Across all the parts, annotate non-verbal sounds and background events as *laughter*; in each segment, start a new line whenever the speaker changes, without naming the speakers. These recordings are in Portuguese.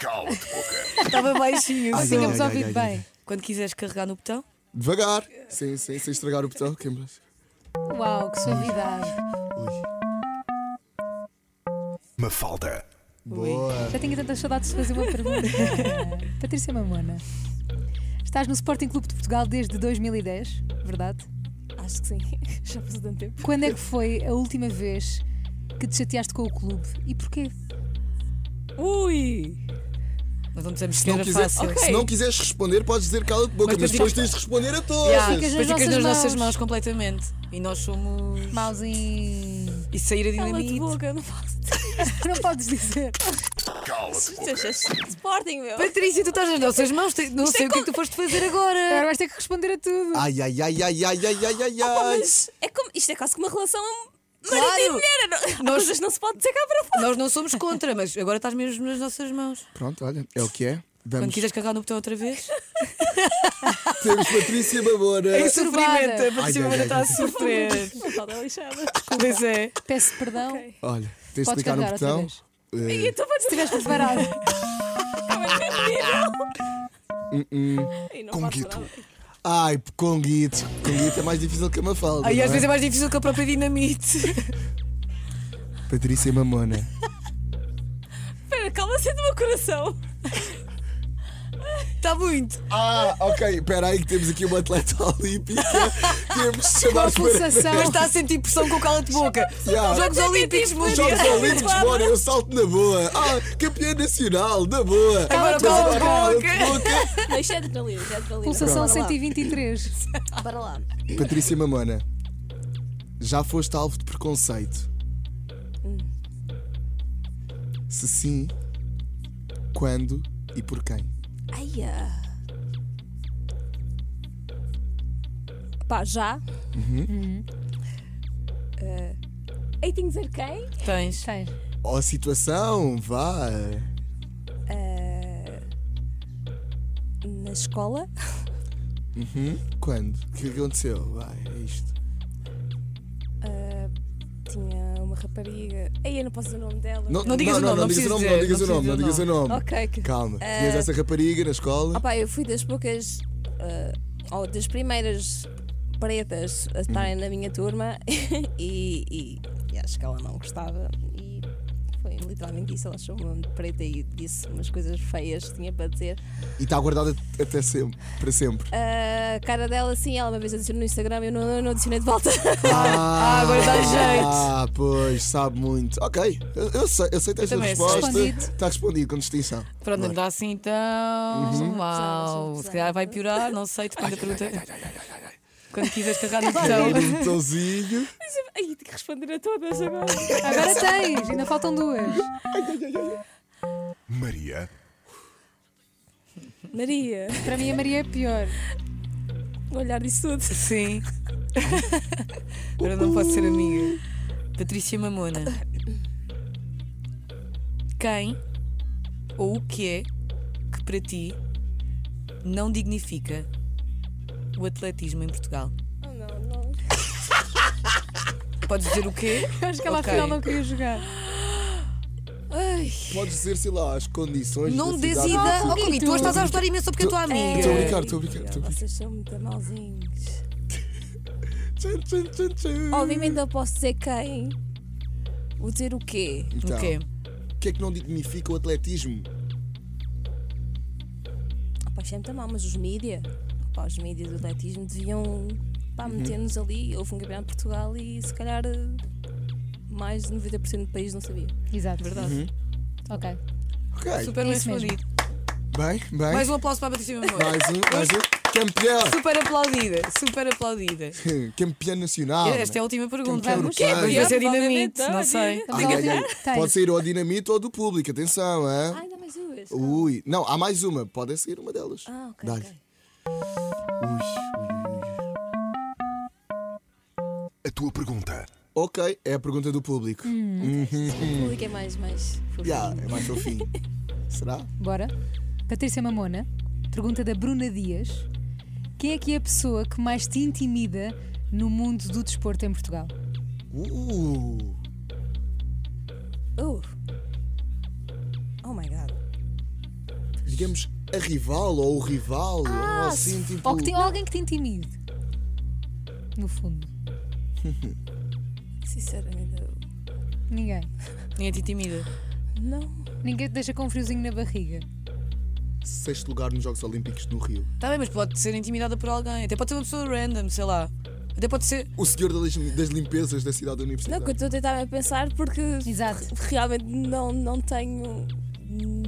Cala-te, boca.
Estava baixinho.
Ai,
sim. um-
ai,
Tínhamos
ai,
ouvido
ai, ai.
bem.
Quando quiseres carregar no botão,
Devagar, sem, sem, sem estragar o botão, é queimas.
Uau, que suavidade.
Ui,
Mafalda.
boa.
Já tenho tantas saudades de fazer uma
*laughs*
pergunta. Patrícia Mamona, estás no Sporting Clube de Portugal desde 2010, verdade?
acho que sim. *laughs* Já passou tanto tempo.
Quando é que foi a última vez que te chateaste com o clube e porquê?
Ui! Nós não dizemos
Se
que
não,
era
quiser,
fácil.
se não quiseres responder, podes dizer cala-te boca, mas,
Mas
depois
depois-
tens de responder a todos.
Yeah,
Ficas nas
depois ficas nas
nossas
nossas
mãos.
mãos completamente. E nós somos.
Maus em.
E sair a dinamite.
boca, não posso.
Não podes dizer.
Cala-te, boca.
é Sporting, meu.
Patrícia, tu estás nas nossas mãos, te- não sei o que é que tu foste fazer agora.
Agora vais ter que responder a tudo.
Ai, ai, ai, ai, ai, ai, ai, ai, ai.
Mas é como, isto é quase que uma relação marido
Claro.
e mulher. Não,
Nós-
Nós... Às vezes não se pode dizer cá para fora.
Nós não somos contra, mas agora estás mesmo nas nossas mãos.
Pronto, olha, é o que é.
Quando
Vamos.
quiseres carregar no botão outra *laughs* vez.
Temos Patrícia Babora.
É
sofrimento, a
Patrícia Ai, ai, Moura ai, está a ai.
sofrer.
Não pode é lixada.
Pois é.
Peço perdão.
Olha, tens de
Podes
clicar Ah, no
carregar outra
botão.
vez.
Eh,
Eu estou a dizer
Estiveste preparado.
*laughs*
Ai, não
Com
faço
Guito.
nada.
Ai, Conguito. Conguito é mais difícil que a Mafalda.
Aí
não
às
é?
vezes é mais difícil que a própria dinamite.
Patrícia Mamona.
Espera, calma-se do meu coração.
Está Tá muito.
Ah, ok, espera aí que temos aqui uma atleta *laughs* olímpica. temos
Com
de
a
chamar para
pulsação.
Mas está a sentir pressão com o cala de boca.
Yeah.
Os Jogos Olímpicos, meu
os
Deus.
Jogos Olímpicos, bora, eu salto na boa. Ah, campeã nacional, na boa.
Agora
Mas
cala a
cala-te, boca.
Não, isto é adrenalina, isto é adrenalina.
Pulsação
Bora lá,
123.
Bora lá.
Patrícia Mamona, já foste alvo de preconceito?
Hum.
Se sim, quando e por quem?
Ai, ah. Pá, já.
Uhum.
Uhum. Ah, aí tenho de dizer quem?
Tens.
Tens.
Ó, situação, vá.
ah, Na escola.
Uhum. Quando? O que aconteceu? Vai, é isto.
Ah, tinha uma rapariga. Aí eu não posso dizer o nome dela.
Não digas o
não,
nome,
não,
não
digas o
precisa
nome,
dizer,
não digas
não
o nome, não
precisa
digas o nome.
Ok. que-
Calma, tinhas essa rapariga
Ah.
na escola.
Opa, eu fui das poucas. ah, ou das primeiras pretas a estarem na minha turma *laughs* e, e- e acho que ela não gostava. E foi literalmente isso. Ela chamou-me de preta e disse umas coisas feias que tinha para dizer.
E está guardada até sempre, para sempre.
Ah, A cara dela, sim, ela uma vez adicionou no Instagram e eu não, eu não adicionei de volta. *laughs*
Ah,
agora dá jeito.
Ah, pois, sabe muito. Ok, eu, eu sei, eu sei que esta
também sei.
resposta.
Respondido.
Está respondido, com distinção.
Pronto, não dá assim tão mal.
Pesado,
Se calhar vai piorar, não sei, depende da pergunta. Quando quiseres carregar no
Agora
botão.
um botãozinho.
Ai, tenho que responder a todas agora.
Agora tens, ainda faltam duas.
Maria.
Maria,
Para mim a Maria é
*laughs*
pior.
vou olhar disso tudo.
Sim. Agora não posso ser amiga. Patrícia Mamona. Quem ou o que é que para ti não dignifica o atletismo em Portugal?
Oh, não, não.
Podes dizer o quê?
Eu acho que ela
Ok.
afinal não queria jogar.
Ai,
Podes dizer, sei lá, as condições.
não
da
dês
cidade.
ideia. Oh, Comi,
Coquito.
tu hoje estás a ajudar imenso porque é tua amiga.
Estou a brincar, estou a brincar. estou a brincar.
Vocês são muito malzinhos.
Tchan, tchan, tchan, tchan.
Obviamente eu posso dizer quem. Vou dizer o quê?
Então,
O quê?
O que é que não dignifica o atletismo?
Pá, isto é muito mal, mas os mídia, pá, os mídias do atletismo deviam pá,
Uhum.
meter-nos ali. Houve um campeonato de Portugal e se calhar eh, mais de 90% do país não sabia.
Exato.
Verdade.
Ok.
Ok,
Super
É
bem
isso mesmo.
respondido.
bem, bem.
Mais um aplauso para a Patrícia Mamona.
mais um, mais um. Campeã!
Super aplaudida, super aplaudida.
Campeã nacional.
Esta é a última pergunta.
Campeão
Vamos,
europeu.
Mas vai ser
Campeão,
dinamite,
provavelmente,
não sei.
Vamos lá
Ai, ai, ai.
ouvir. Então, Tens.
Pode sair ou a dinamite ou do público, atenção,
Ah,
é?
ainda há mais duas.
Ui, não, há mais uma, podem sair uma delas.
Ah, ok.
Dá-lhe.
ok.
A tua pergunta.
Ok, é a pergunta do público.
O público é mais, mais.
Já, é mais
*laughs*
ao fim. Será?
Bora. Patrícia Mamona, pergunta da Bruna Dias: Quem é que é a pessoa que mais te intimida no mundo do desporto em Portugal?
Uh,
Uh. Oh my god.
digamos, a rival ou o rival, ou
Ah,
assim,
se-
tipo.
ou, que te- ou alguém que te intimide. No fundo,
Sinceramente, eu-
ninguém.
Ninguém te intimida.
não.
Ninguém te deixa com um friozinho na barriga. um-
Sexto lugar nos Jogos Olímpicos no Rio.
Está Tá bem, mas pode ser intimidada por alguém. Até pode ser uma pessoa random, sei lá. Até pode ser.
O senhor das, das limpezas da cidade
Não, que eu
universitária.
estou a tentar me pensar porque
Exato.
re- realmente não, não tenho hum,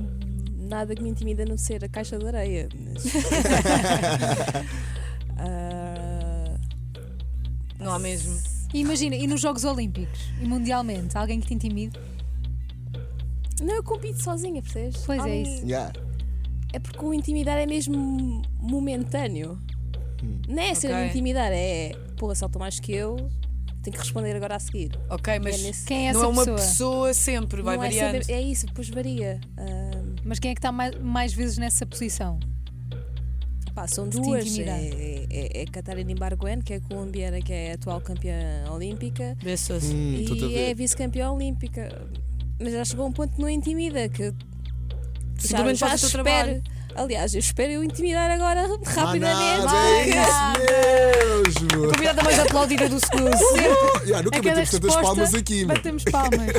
nada que me intimida a não ser a caixa de areia. mas- Ah,
Não há mesmo.
E imagina, e nos Jogos Olímpicos e mundialmente, alguém que te intimide?
não, eu compito sozinha, percebes?
Pois é
Alguém-
isso.
Yeah.
É porque o intimidar é mesmo momentâneo. Não é ser
Ok.
intimidar, é pô, saltou mais que eu, tenho que responder agora a seguir.
Ok, mas
é nesse-
Quem é essa
não é uma
pessoa?
pessoa sempre, vai
não é,
variando.
sempre- é isso, depois varia. Ah,
Mas quem é que está mais, mais vezes nessa posição?
pá, são
De te
duas:
intimidar.
é, é, é Catarina Imbarguen, que é colombiana, que é a atual campeã olímpica,
Pessoas.
Hum, estou-te a
e é
ver.
vice-campeã olímpica. Mas já chegou a um ponto que não intimida, que já,
Simplesmente
já
faz o teu
espero. Aliás, eu espero eu intimidar agora rapidamente.
Manada, é isso mesmo!
Convidada mais aplaudida
*laughs*
do segundo. Sempre.
Yeah, nunca
A cada
batemos tantas
resposta,
palmas aqui, é? meu.
Batemos palmas.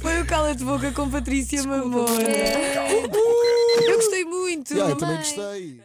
Foi o cala de boca com Patrícia Mamona. Eu gostei muito.
Yeah, eu também gostei.